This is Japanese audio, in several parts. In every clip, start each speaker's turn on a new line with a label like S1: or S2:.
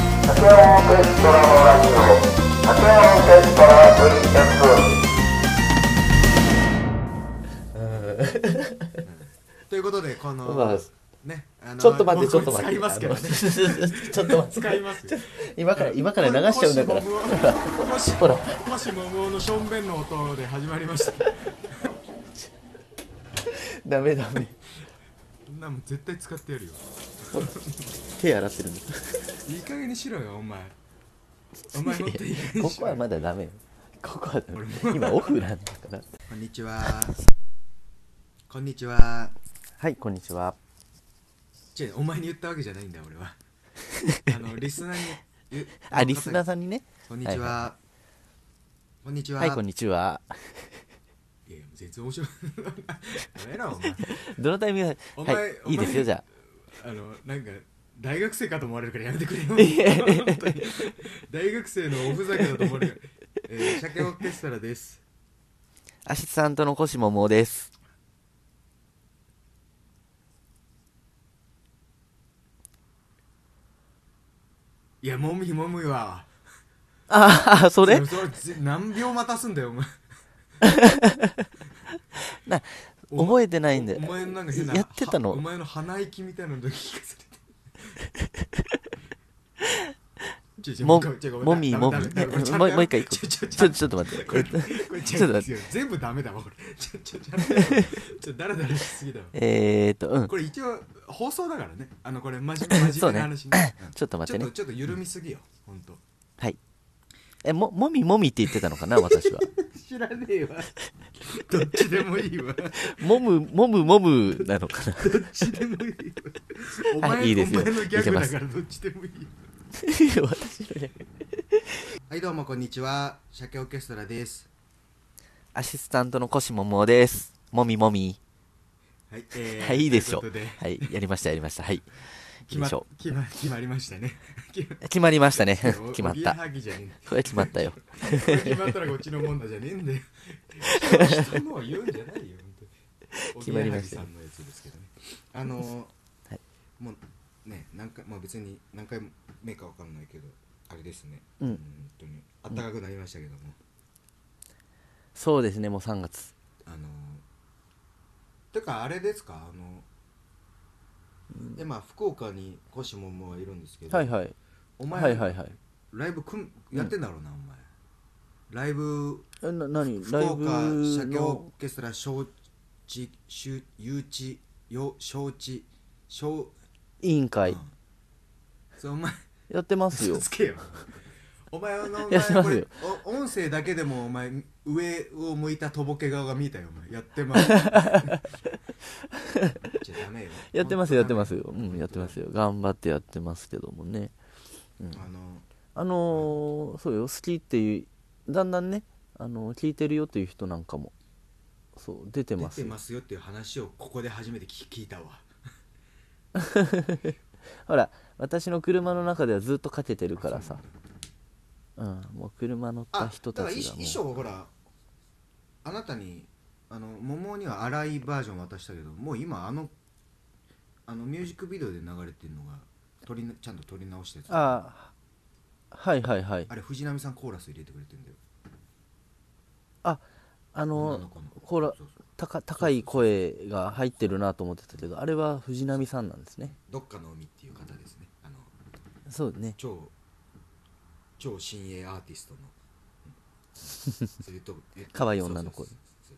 S1: オーケストラのラジオ竹山オーケストラ VF
S2: ということでこの、
S3: まあ
S2: ねあの
S3: ちょっと待ってちょっと
S2: 僕
S3: 待っ
S2: 使
S3: て
S2: いますけどね
S3: あのちょっと待っ
S2: 使い
S3: て
S2: ますよ
S3: 今から今から流しちゃうんだから
S2: もし
S3: ほら
S2: もしも無音のしょんべんの音で始まりました
S3: ダメダメ
S2: そんなもん絶対使ってやるよ
S3: 手洗ってるんだ
S2: いい加減にしろよお前お前もっといい加減に
S3: こ
S2: し
S3: こ
S2: ろ
S3: は
S2: よ
S3: まだダメよここはダメ今オフなんだから
S2: こんにちはこんにちは
S3: はいこんにちは
S2: 違うお前に言ったわけじゃないんだ よ俺はあのリスナーに言う
S3: あリスナー
S2: ん
S3: さんにね
S2: こんにちは、
S3: はい
S2: こんにちは
S3: はいこんにちはい
S2: やいや全然面白いやめろお前
S3: どのタイミング
S2: お前
S3: はい
S2: お前
S3: いいですよじゃ
S2: あのなんか大学生かと思われるからやめてくれよ
S3: いや
S2: 本当に大学生のおふざけだと思われるから、えー、鮭オーケストラです
S3: あアシスタントのコシモモです
S2: いやもみもみは
S3: ああそれ
S2: それぜ何秒待たすんだよお前
S3: な
S2: お
S3: 覚えてないんで
S2: お前のなんか変な
S3: やってた
S2: は
S3: の
S2: お前の鼻息みたいなの聞か せてちょちょ
S3: も
S2: う一回ちょごめん
S3: もみ
S2: ダメ
S3: も
S2: ダ
S3: み
S2: メダメこれちゃん
S3: も
S2: と
S3: う
S2: や
S3: もう一回行
S2: ちょ
S3: く
S2: ちょ
S3: ちょちょっと待って
S2: これこれ
S3: ちょっと待っ
S2: 全部ダメだわこれちょちょちょダメだわちょダラダラしすぎだわ
S3: てえーっとうん
S2: これ一応放送だからねあのこれ真面目真
S3: そう
S2: 面目
S3: ね
S2: な話ねうん
S3: ちょっと待って
S2: ちょっ
S3: ね
S2: とちょっと緩みすぎよ本当
S3: はいえももみもみって言ってたのかな私 は
S2: 知らねえわどっちでもいいわ
S3: もむもむもむなの かな
S2: どっちでもいいわお前,、
S3: はいいいですよ
S2: お前のギ
S3: いけ
S2: ャグ
S3: ま
S2: だ
S3: す
S2: からどっちでもいいわ
S3: 私のね
S2: はいどうもこんにちは鮭オーケストラです
S3: アシスタントのコシモモですもみもみ
S2: はい、えー
S3: はいいいでしょ
S2: ということで
S3: はいやりましたやりましたはいいい
S2: 決
S3: で
S2: ま
S3: しょ
S2: 決ま決まりましたね決
S3: う 決まりましたね
S2: お
S3: 決まっ
S2: おぎや
S3: た
S2: はぎじゃね
S3: これ決まったよ
S2: えこれ決まったらこっちのもんだじゃねえんだよ人のを言うんじゃないよ本当
S3: 決
S2: に
S3: ま
S2: お
S3: り
S2: ぎやは
S3: ま
S2: ぎ
S3: した
S2: さ
S3: よ
S2: んのやつですけどねあのー
S3: はい
S2: もうね何回まあ別に何回目かわかんないけどあれですね
S3: うん
S2: 本当にあったかくなりましたけども、
S3: そうですねもう3月
S2: あのてかあれですかあの、でまあ福岡にコシモモはいるんですけど、
S3: はいはい
S2: お前、
S3: はいはいはい
S2: ライブくんやってんだろうな、お前ライブ
S3: えな何
S2: 福
S3: ライ
S2: 岡社
S3: ブ
S2: 協オ
S3: の
S2: ーケストラ招致周誘致よ招致招
S3: 委員会
S2: うんそうお前
S3: やって ますよ
S2: 嘘つ けよお前あのお
S3: や
S2: 前
S3: ってます
S2: これ
S3: よ
S2: お音声だけでもお前上を向いたとぼけ顔が見えたよお前やってますじゃダメよ
S3: やってますよやってます
S2: よ
S3: ようんやってますよ頑張ってやってますけどもね
S2: あの
S3: あのー、そうよ好きっていうだんだんねあのー聞いてるよっていう人なんかもそう出てます
S2: 出てますよっていう話をここで初めて聞聞いたわ
S3: ほら私の車の中ではずっとかけてるからさうんもう車乗った
S2: あ
S3: 人
S2: だ
S3: た
S2: か
S3: ち
S2: ら
S3: が
S2: 衣
S3: もう
S2: 衣装をほらあなたにあの桃には荒いバージョン渡したけどもう今あのあのミュージックビデオで流れてるのが撮りなちゃんと撮り直してあ
S3: ああはいはいはい
S2: あれ藤波さんコーラス入れてくれてんだよ
S3: ああの
S2: 女の子の
S3: コーラ
S2: そうそう
S3: 高高い声が入ってるなと思ってたけどあれは藤波さんなんですね
S2: どっかの海っていう方ですねあの
S3: そうね
S2: 超超新鋭アーティス トの、そういうとこ言っ
S3: 可愛い女の子
S2: そうそうそう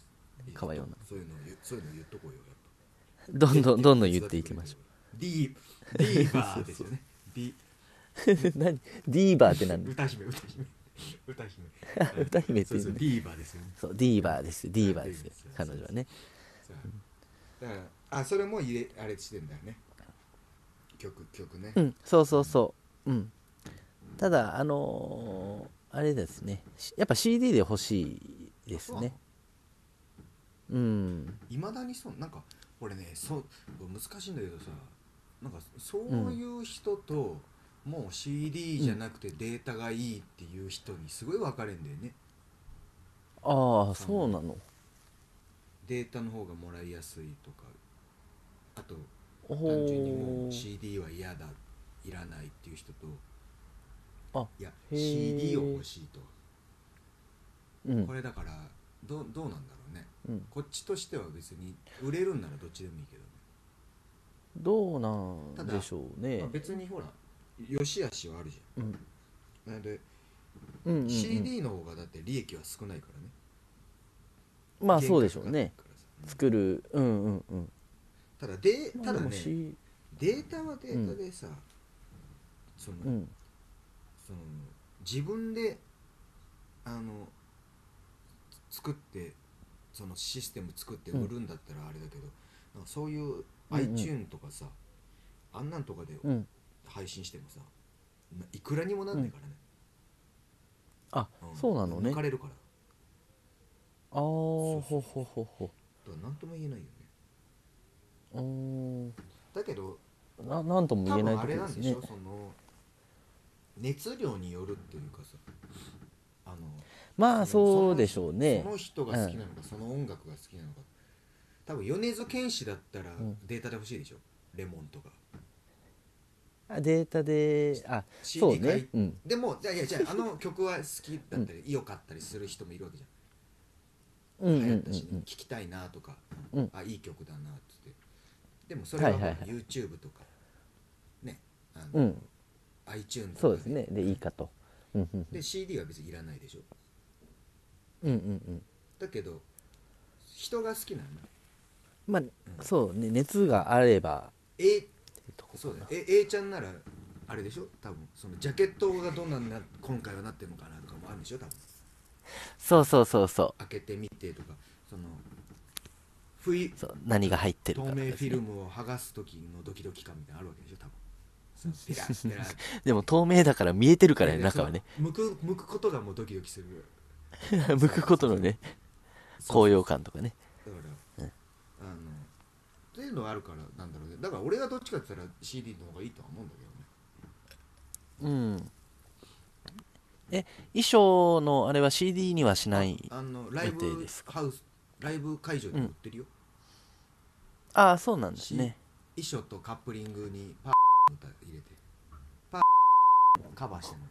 S3: 可愛い女の子
S2: そういうの言うそういうの言っとこうよやっぱ
S3: どんどんどんどん言っていきましょ
S2: うディーディーバーですよねディ
S3: う 何ディーバーって何
S2: 歌姫歌姫歌姫
S3: 歌姫って
S2: そう
S3: 言
S2: そうう
S3: の
S2: デ
S3: ね
S2: ィーバーですよね
S3: そうディーバーですよディーバーですよ
S2: そうそう
S3: 彼女はね
S2: そうだからあそれも入れあれしてんだよね曲曲ね、
S3: うんそうそうそううんただあのーあれですねしやっぱ CD で欲しいですねうん
S2: いまだにそうなんか俺ねそう難しいんだけどさなんかそういう人と、もう CD じゃなくてデータがいいっていう人にすごい分かれんだよね
S3: ああそうなの
S2: データの方がもらいやすいとかあと
S3: お
S2: 単純にも
S3: お
S2: う CD は嫌だいらないっていう人と
S3: あ
S2: いや
S3: へー
S2: CD を欲しいと
S3: うん
S2: これだからどうどうなんだろうね
S3: うん
S2: こっちとしては別に売れるんならどっちでもいいけどね、
S3: どうなん
S2: ただ
S3: でしょうね
S2: まあ、別にほら良し悪しはあるじ
S3: うん
S2: ゃんなんで、
S3: うんうんうん
S2: CD の方がだって利益は少ないからね
S3: まあそうでしょうね
S2: 原価が高いからさ
S3: 作るうんうんうん
S2: ただで
S3: まあ
S2: ただ
S3: でも
S2: ね
S3: C-
S2: データはデータでさ、その、
S3: うん
S2: その自分であのつ作ってそのシステム作って売るんだったらあれだけど、なんかそういう
S3: うん
S2: iTune とかさ、あんなんとかで
S3: うん
S2: 配信してもさ、ないくらにもなんないからね、
S3: あ
S2: ん
S3: そうなのね
S2: 抜かれるから
S3: ああほ
S2: う
S3: ほほほ
S2: だから何とも言えないよね
S3: うーん
S2: だけど
S3: ななんとも
S2: 多
S3: 言えない
S2: 分あ
S3: とこ
S2: れ
S3: ろ
S2: な
S3: で
S2: ん
S3: す
S2: でし
S3: ね
S2: ょその熱量によるっていうかさあの
S3: まあそうでしょう
S2: そ
S3: ね
S2: の人が好きなのか、その音楽が好きなのか多分米津玄師だったら
S3: ん
S2: データで欲しいでしょ、レモンとか
S3: あデータであそう
S2: CD 買い
S3: ねうん
S2: でもじゃあいやじゃ ああの曲は好きだったり良かったりする人もいるわけじ
S3: うん
S2: ゃ
S3: うんう
S2: ん流行ったし、
S3: ん
S2: 聴きたいなとか、
S3: うん
S2: あいい曲だなっつってでもそれは
S3: はい
S2: ほ
S3: はい
S2: ら
S3: はい
S2: YouTube とかねあ
S3: うんう
S2: の、
S3: ん
S2: iTunes とか
S3: そうですねでいいかとうんうん
S2: で CD は別にいらないでしょ
S3: うんうんうん
S2: だけど人が好きなの
S3: まあそうね熱があれば
S2: A
S3: ってとこ
S2: そうだよえ A ちゃんならあれでしょ多分そのジャケットがどんなんな今回はなってるのかなとかもあるんでしょ多分
S3: そうそうそうそ
S2: 開けてみてとかその不
S3: う
S2: 意
S3: そう何が入ってる
S2: 透
S3: かと
S2: 明
S3: か
S2: フ
S3: ですね
S2: ィルムを剥がす時のドキドキ感みたいなのあるわけでしょ多分そ うペラッペラッ
S3: でも透明だから見えてるからね中はね
S2: そう向く向くことがもうドキドキする
S3: 向くことのね高揚感とかね
S2: だから、あのっていうのはあるからなんだろうねだから俺がどっちかって言ったら CD の方がいいとは思うんだけどね
S3: うんえ衣装のあれは CD にはしない
S2: あのライ
S3: 予定
S2: ブ
S3: です
S2: ハウスライブ会場でも売ってるよ、
S3: ああそうなんですね
S2: 衣装とカップリングにパーの歌入れてパーカバーしても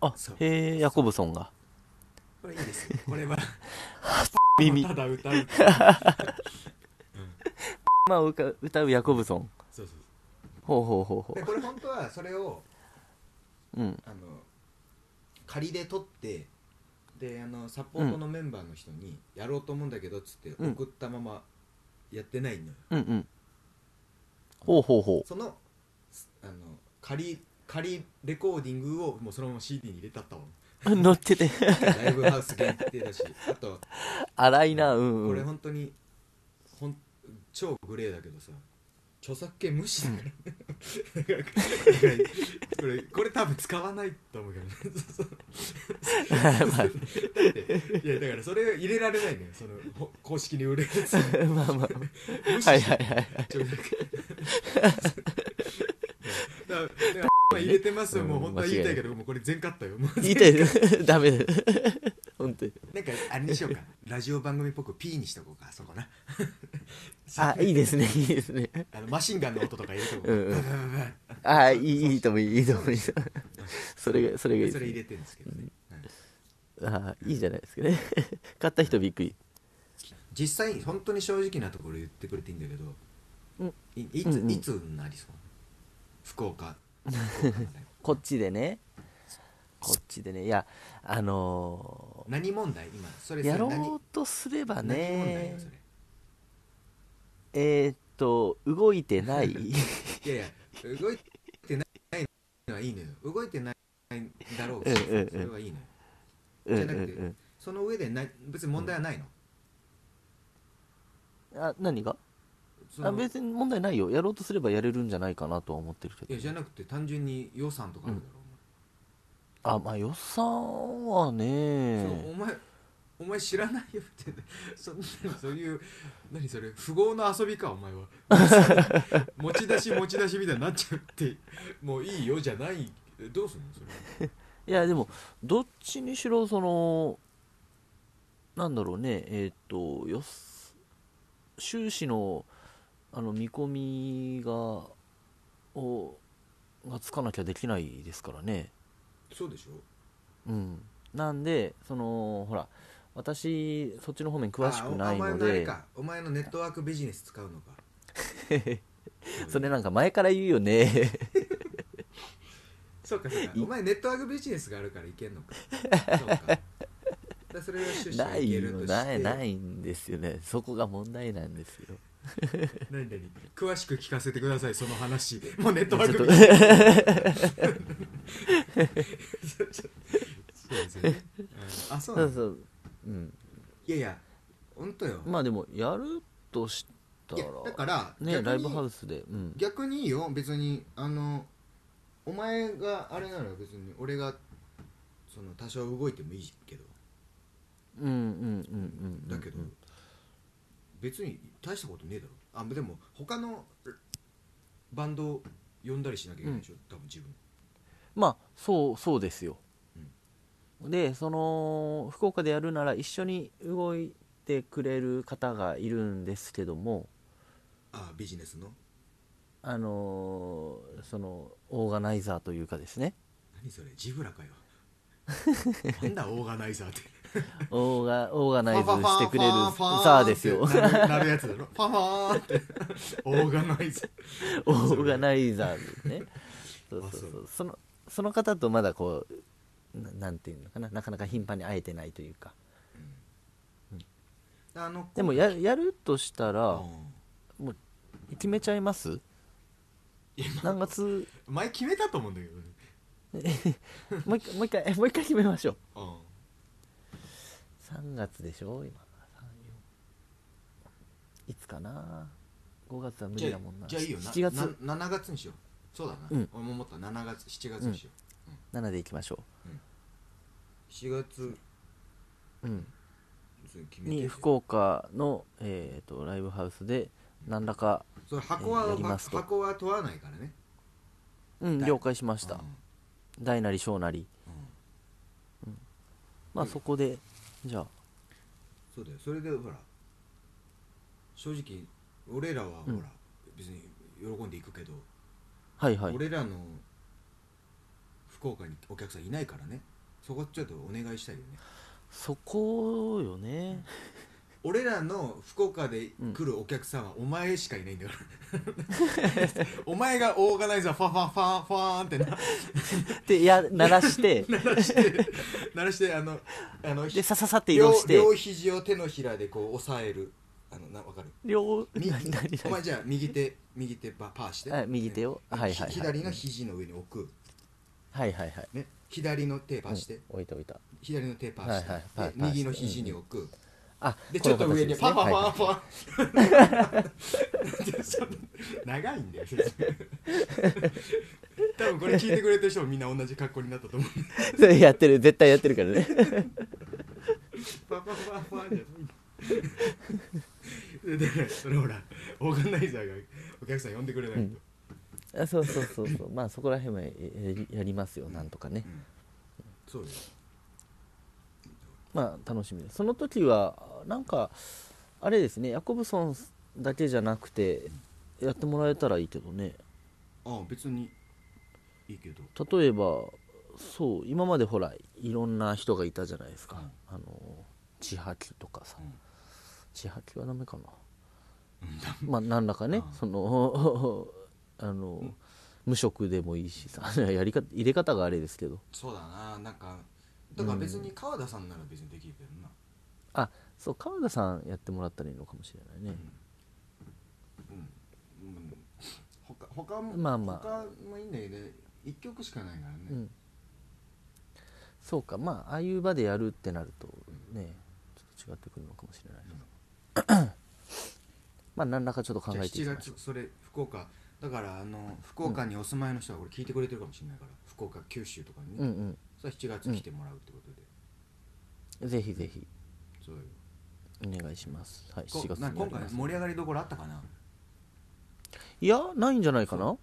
S3: あ
S2: そう
S3: へえヤコブソンが
S2: これいいですよこれは
S3: 耳
S2: ただ歌うそう
S3: まあ歌う歌うヤコブソン
S2: そうそ
S3: ほうほうほうほ
S2: うでこれ本当はそれを
S3: ううん
S2: あの仮で撮ってであのサポートのメンバーの人にやろうと思うんだけどっつって
S3: うん
S2: 送ったままやってないのよ、
S3: うんうんほうほうほ
S2: そのあの仮仮レコーディングをもうそのまま CD に入れたったも
S3: う
S2: ん
S3: 乗ってて
S2: ライブハウス限定だしあと
S3: 荒いなうん
S2: こ
S3: う
S2: れ
S3: ん
S2: 本当にほん超グレーだけどさ著作権無視だから、だからこれこれ多分使わないと思うけどねそうそうだっていやだからそれ入れられないのよそのほ公式に売れるやつ無
S3: まあまあ
S2: 視して
S3: はいはいはいはい
S2: 著作権だからだから入れてますよ、もう本当は言いたいけどもうこれ全カットよもう
S3: 言いたい ダメだ本当に
S2: なんかあれにしようかラジオ番組っぽく P にしとこうかそこな
S3: あいいですねいいですね
S2: あのマシンガンの音とか入れとこう
S3: うんうん
S2: ブブブブ
S3: あいいいいともいいいいともいいともそれがそれがいい
S2: それ入
S3: で
S2: れてるんですけどね、はい
S3: すあいいじゃないですかね買った人びっくり
S2: 実際本当に正直なところ言ってくれていいんだけど、
S3: うん
S2: いいつ、
S3: うんうん
S2: いつになりそう福岡福 岡まで
S3: こっちでねこっちでねいやあの
S2: 何問題今それ
S3: ーや
S2: それ
S3: ろうとすれば
S2: 何何問題
S3: ね
S2: よそれ
S3: えーっと動いて ない
S2: いやいや動いてないのはいいのよ動いてないだろうし、
S3: うんうんうん
S2: それはいいのよ
S3: うんう
S2: じ
S3: ん
S2: ゃなくて、その上でな別に問題はないの,、
S3: うんあ何が
S2: その
S3: あ別に問題ないよやろうとすればやれるんじゃないかなとは思ってるけ
S2: い
S3: ど
S2: やじゃなくて単純に予算とかあるだろう、
S3: あまあ予算は
S2: そうお
S3: ね
S2: 前お前知らないよってそんなそういう何それ富豪の遊びかお前 は持ち出し持ち出しみたいになっちゃうってもういいよじゃないえどうすんのそれ
S3: いやでもどっちにしろそのなんだろうねえーっとよす収支のあの見込みがをがつかなきゃできないですからね
S2: そうでしょ
S3: うんなんでそのほら私そっちの方面詳しく
S2: あ
S3: な
S2: お
S3: い
S2: 前
S3: の
S2: のあれ
S3: で
S2: かお前のネットワークビジネス使 うのか
S3: それなんか前から言うよね
S2: そうかそうかお前ネットワークビジネスがあるからいけ んのかそうかだからそれを出社
S3: ないい
S2: け
S3: よ
S2: るとして
S3: ないないんですよねそこが問題なんですよ
S2: 何々詳しく聞かせてくださいそ の話もうネッ
S3: ち
S2: ト
S3: ょ
S2: ワ
S3: っ
S2: ー
S3: と
S2: クビジネスそうですよねうんあそう
S3: そ
S2: な
S3: うん
S2: だ
S3: そううん
S2: いやいや本当よ、
S3: まあでもやるとした
S2: いや
S3: ら
S2: だから
S3: ね
S2: 逆に
S3: ライブハウスでうん
S2: 逆にいいよ別にあのお前があれなら別に俺がその多少動いてもいいけど
S3: うんうんうんうん
S2: だけど、別に大したことねえだろあでも他のバンドを呼んだりしなきゃいけないでしょ、多分自分
S3: まあそうそうですよ、でその福岡でやるなら一緒に動いてくれる方がいるんですけども
S2: あビジネスの
S3: あのーそのオーガナイザーというかですね
S2: 何それジブ ラかよなんだオーガナイザーって
S3: オーガオーガ
S2: フ
S3: ナイ
S2: ァ
S3: ズ
S2: ファフ
S3: し
S2: ァ
S3: てくれる
S2: ファファーン
S3: さあですよ
S2: ってなるなるやつだろファファーンってオーガナイザー
S3: オーガナイザーですねそうそうそう
S2: あ
S3: そ
S2: そう
S3: のその方とまだこうななんていうのかななかなか頻繁に会えてないというか
S2: あの
S3: でもややるとした
S2: う
S3: ら
S2: ん
S3: 決めちゃいます
S2: いや
S3: 何月
S2: 前決めたと思うんだけどね、
S3: もう一回もう一回もう一回決めましょう
S2: うん、
S3: 3月でしょ今34いつかな5月は無
S2: じ
S3: 理だ
S2: ゃあ
S3: もんな
S2: じゃあいいよな
S3: 7月
S2: な7月にしようそうだな、
S3: うん
S2: 俺も思った7月7月にしよ
S3: 7でいきましょ
S2: う、7月
S3: う、うん、
S2: 別に決めて
S3: に福岡の、えー、とライブハウスで何らか、
S2: それ箱は、
S3: えーやりますと
S2: 箱は問わないからね
S3: うん、
S2: だい
S3: 了解しました、
S2: う
S3: 大なり小なり
S2: んうん
S3: まあ
S2: うん
S3: そこでじゃあ
S2: そうだよそれでほら正直俺らはほら、
S3: うん
S2: 別に喜んでいくけど、
S3: はいはい
S2: 俺らの福岡にお客さんいないからねそこちょっとお願いしたいよね
S3: そこよ ね
S2: 俺らの福岡で来るお客さんはお前しかいない んだからお前がオーガナイザーファファファファーンってな
S3: でや鳴らして
S2: 鳴らして鳴らしてあのあの
S3: でさささって移
S2: 両
S3: 動して
S2: 両肘を手のひらでこう押さえるあのなわかる
S3: 両
S2: 右
S3: 何何
S2: お前
S3: 何
S2: じゃあ右手右手パパーして、
S3: はい右手を
S2: ね
S3: はいはいはい
S2: ひ左の肘の上に置く、
S3: はいはいはい
S2: ね、左の手パーして、
S3: うん置いた置いた
S2: 左の手パーして、
S3: はいはいはい
S2: で
S3: パーして
S2: 右の肘に置く、
S3: あ
S2: で
S3: こ
S2: ち
S3: の
S2: ょっと
S3: 形
S2: 上
S3: で
S2: に
S3: すね
S2: パパ
S3: はいは
S2: パ
S3: い
S2: パ 長いんだよ説明多分これ聞いてくれてる人もみんな同じ格好になったと思う
S3: それ やってる絶対やってるからね
S2: パパパパ じゃないだからそれほらオーガナイザーがお客さん呼んでくれないと、
S3: うんあそうそうそうそうまあそこら辺はやりやりますよなんとかね
S2: そうよ
S3: まあ楽しみですその時はなんかあれですねヤコブソンだけじゃなくてやってもらえたらいいけどね
S2: ああ別にいいけど
S3: 例えばそう今までほらいろんな人がいたじゃないですか、あの千秋とかさ、
S2: うん
S3: 千秋はダメかな
S2: うんだ
S3: まあ何らかね、
S2: うん
S3: その あの、無職でもいいしさ やり方入れ方があれですけど
S2: そうだななんかだから別に川田さんなら別にできるけどな
S3: あそう川田さんやってもらったらいいのかもしれないね、
S2: うんうん他他も、
S3: まあまあ
S2: 他もいいんだけど一曲しかないからね、
S3: うんそうかまあああいう場でやるってなるとねちょっと違ってくるのかもしれないけど まあ何らかちょっと考
S2: じゃあ
S3: えてい
S2: 7
S3: きましょ
S2: 月それ福岡だからあの福岡にお住まいの人は俺聞いてくれてるかもしれないから、福岡九州とかにね、
S3: ううん
S2: それは7月来てもらうってことで、
S3: うんぜひぜひ
S2: そうよ
S3: お願いしますはい
S2: こ
S3: 7月に
S2: な
S3: や
S2: ん
S3: り
S2: か今
S3: ま
S2: 回
S3: す
S2: 盛り上がりどころあったかない
S3: やないんじゃないかな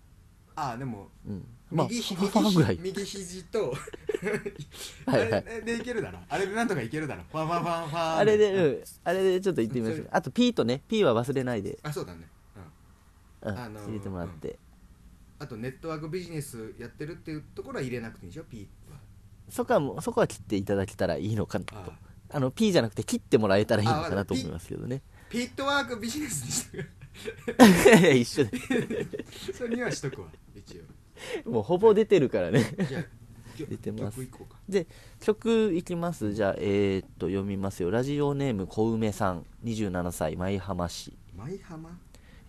S2: ああでも
S3: うんまあ
S2: 右ひ
S3: ファファぐらい
S2: 右ひ右肘と
S3: はいはい
S2: あれでいけるだろあれでなんとかいけるだろファンファンファンファン
S3: あれでうんあれでちょっと言ってみましょ
S2: そうれ
S3: あと P とね P は忘れないで
S2: あそうだね、うん
S3: うん
S2: あのー
S3: 入れてもらって
S2: あとネットワークビジネスやってるっていうところは入れなくていいんでしょ P は
S3: そこはもうそこは切っていただけたらいいのかなと
S2: ああ
S3: あの P じゃなくて切ってもらえたらいいのかなと思いますけどね
S2: ピットワークビジネスにしと
S3: 一緒で
S2: く それにはしとくわ一応
S3: もうほぼ出てるからね
S2: じゃあ 曲
S3: 出てます
S2: 曲いこうか
S3: で曲いきますじゃあえーっと読みますよラジオネーム小梅さん27歳舞浜市
S2: 舞浜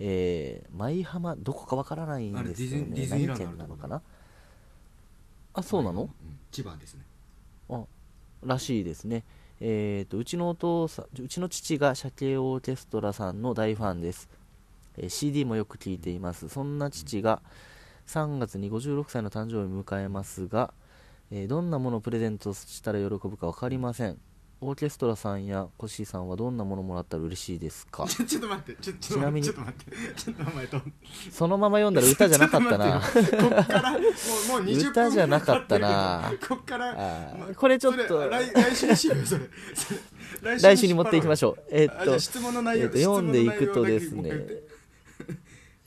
S3: えー舞浜どこかわからないん
S2: あれ
S3: ですよね
S2: ディズニーディズニーラ
S3: 何
S2: ンド
S3: 県なのか
S2: あ
S3: なあそうなの、
S2: ん千葉ですね
S3: あらしいですねえー、とうちのお父さんうちの父が社慶オーケストラさんの大ファンです、えー CD もよく聴いていますそんな父が3月に56歳の誕生日を迎えますが、えーどんなものをプレゼントしたら喜ぶか分かりませんオーケストラさんやコッシーさんはどんなものもらったら嬉しいです か
S2: ちょちょっと待ってちょちょ
S3: ちなみに
S2: ちょっと待ってちょっと待ってちょっと名前と
S3: そのまま読んだら歌じゃなかったな
S2: こっからもうもう20分
S3: 歌じゃなかったな
S2: こっから
S3: あー
S2: ま
S3: これちょっと
S2: それ来来週にしようよそれそれ来
S3: 来週に持っていきまし
S2: ょう
S3: ょうえー
S2: あ
S3: っ
S2: じゃ
S3: と
S2: あ質問の内容、
S3: えーと読んでいくとで
S2: 質
S3: す
S2: 問の
S3: ね
S2: 内容だけもう一回言って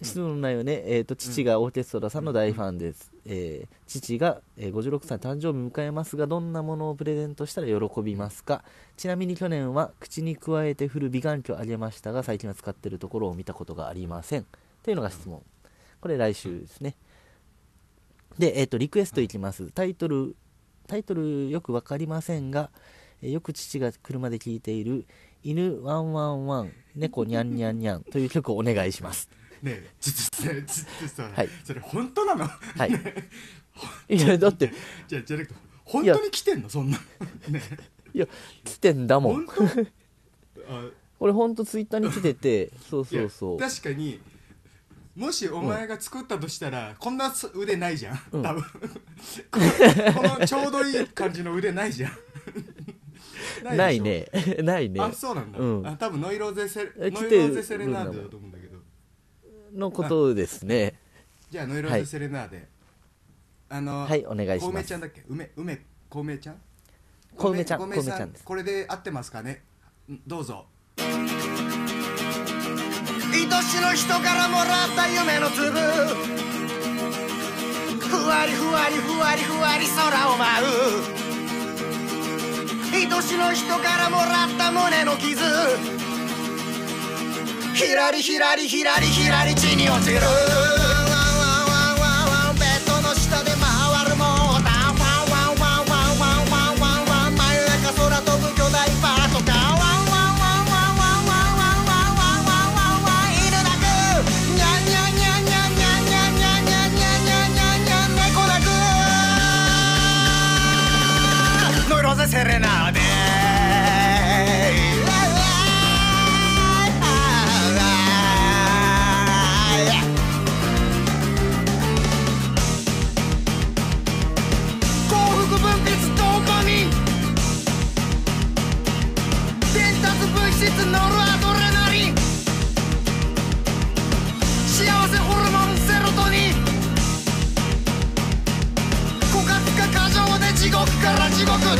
S3: 質問内容ね、えー、と父がオーケストラさんの大ファンです、えー父が、えー56歳誕生日を迎えますがどんなものをプレゼントしたら喜びますかちなみに去年は口に加えて振る美顔器をあげましたが最近は使ってるところを見たことがありませんというのが質問これ来週ですねで、えー、とリクエストいきますタイトルタイトルよくわかりませんが、えーよく父が車で聴いている「犬ワンワンワン猫ニャンニャンニャン」という曲をお願いします
S2: ねえちょっとさちょっとさ、
S3: はい
S2: それ本当なの
S3: はい。いや、だって、
S2: じゃじゃなくて本当に来てんのそんなねえ
S3: いや、来てんだも
S2: 本
S3: ん。
S2: 当あ
S3: これほんとツイッターに来て て、そう
S2: いや
S3: そうそう。
S2: 確かにもしお前が作ったとしたら、こんな腕ないじゃん多分、 このこのちょうどいい感じの腕ないじゃん でしょ
S3: ないね。 ないね。
S2: あそうなんだ、
S3: うん
S2: あ多分ノイローゼセレノ
S3: え
S2: イ
S3: 来
S2: ロ
S3: てる
S2: ーゼセレナーデだと思うんだけど
S3: のことですね。
S2: じゃあノイローゼセレナーデ、あの
S3: はいお願いします
S2: コウメちゃんだっけ梅梅コウメちゃん
S3: コウメちゃん
S2: コウ
S3: コウメちゃんです
S2: これで合ってますかねんどうぞ愛しの人からもらった夢の粒
S4: ふわりふわりふわりふわり空を舞う愛しの人からもらった胸の傷ひらりひらりひらりひらり地に落ちるワンワンワンワンワンベッドの下で回るモーターワンワンワンワンワンワンワンワン真夜中空飛ぶ巨大パートカーワンワンワンワンワンワンワンワンワンワンワンワン犬だくニャンニャンニャンニャンニャンニャンニャンニャンニャンニャンニャンニャン猫だくノイローゼセレナーデ幸福分泌ドーパミン伝達物質ノルアドレナリン幸せホルモンセロトニン枯渇か過剰で地獄から地獄ドクドク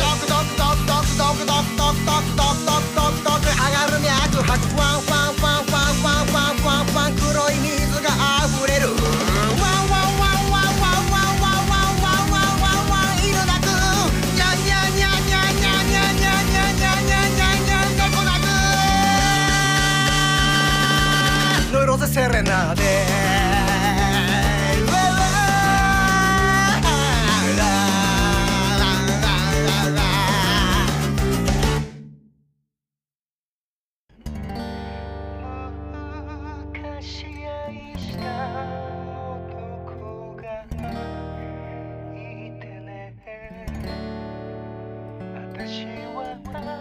S4: ドクドクドクドクドクドクドクドクドクドク上がる脈拍ワンワンワンワンワンワンワンワン黒い水が溢れるワンワンワンワンワンワンワンワンワンワンワンワン犬鳴くニャンニャンニャンニャンニャンニャンニャンニャンニャンニャンニャンニャン猫鳴くノイローゼセレナーデ
S5: 貸し合いした男がいてね私は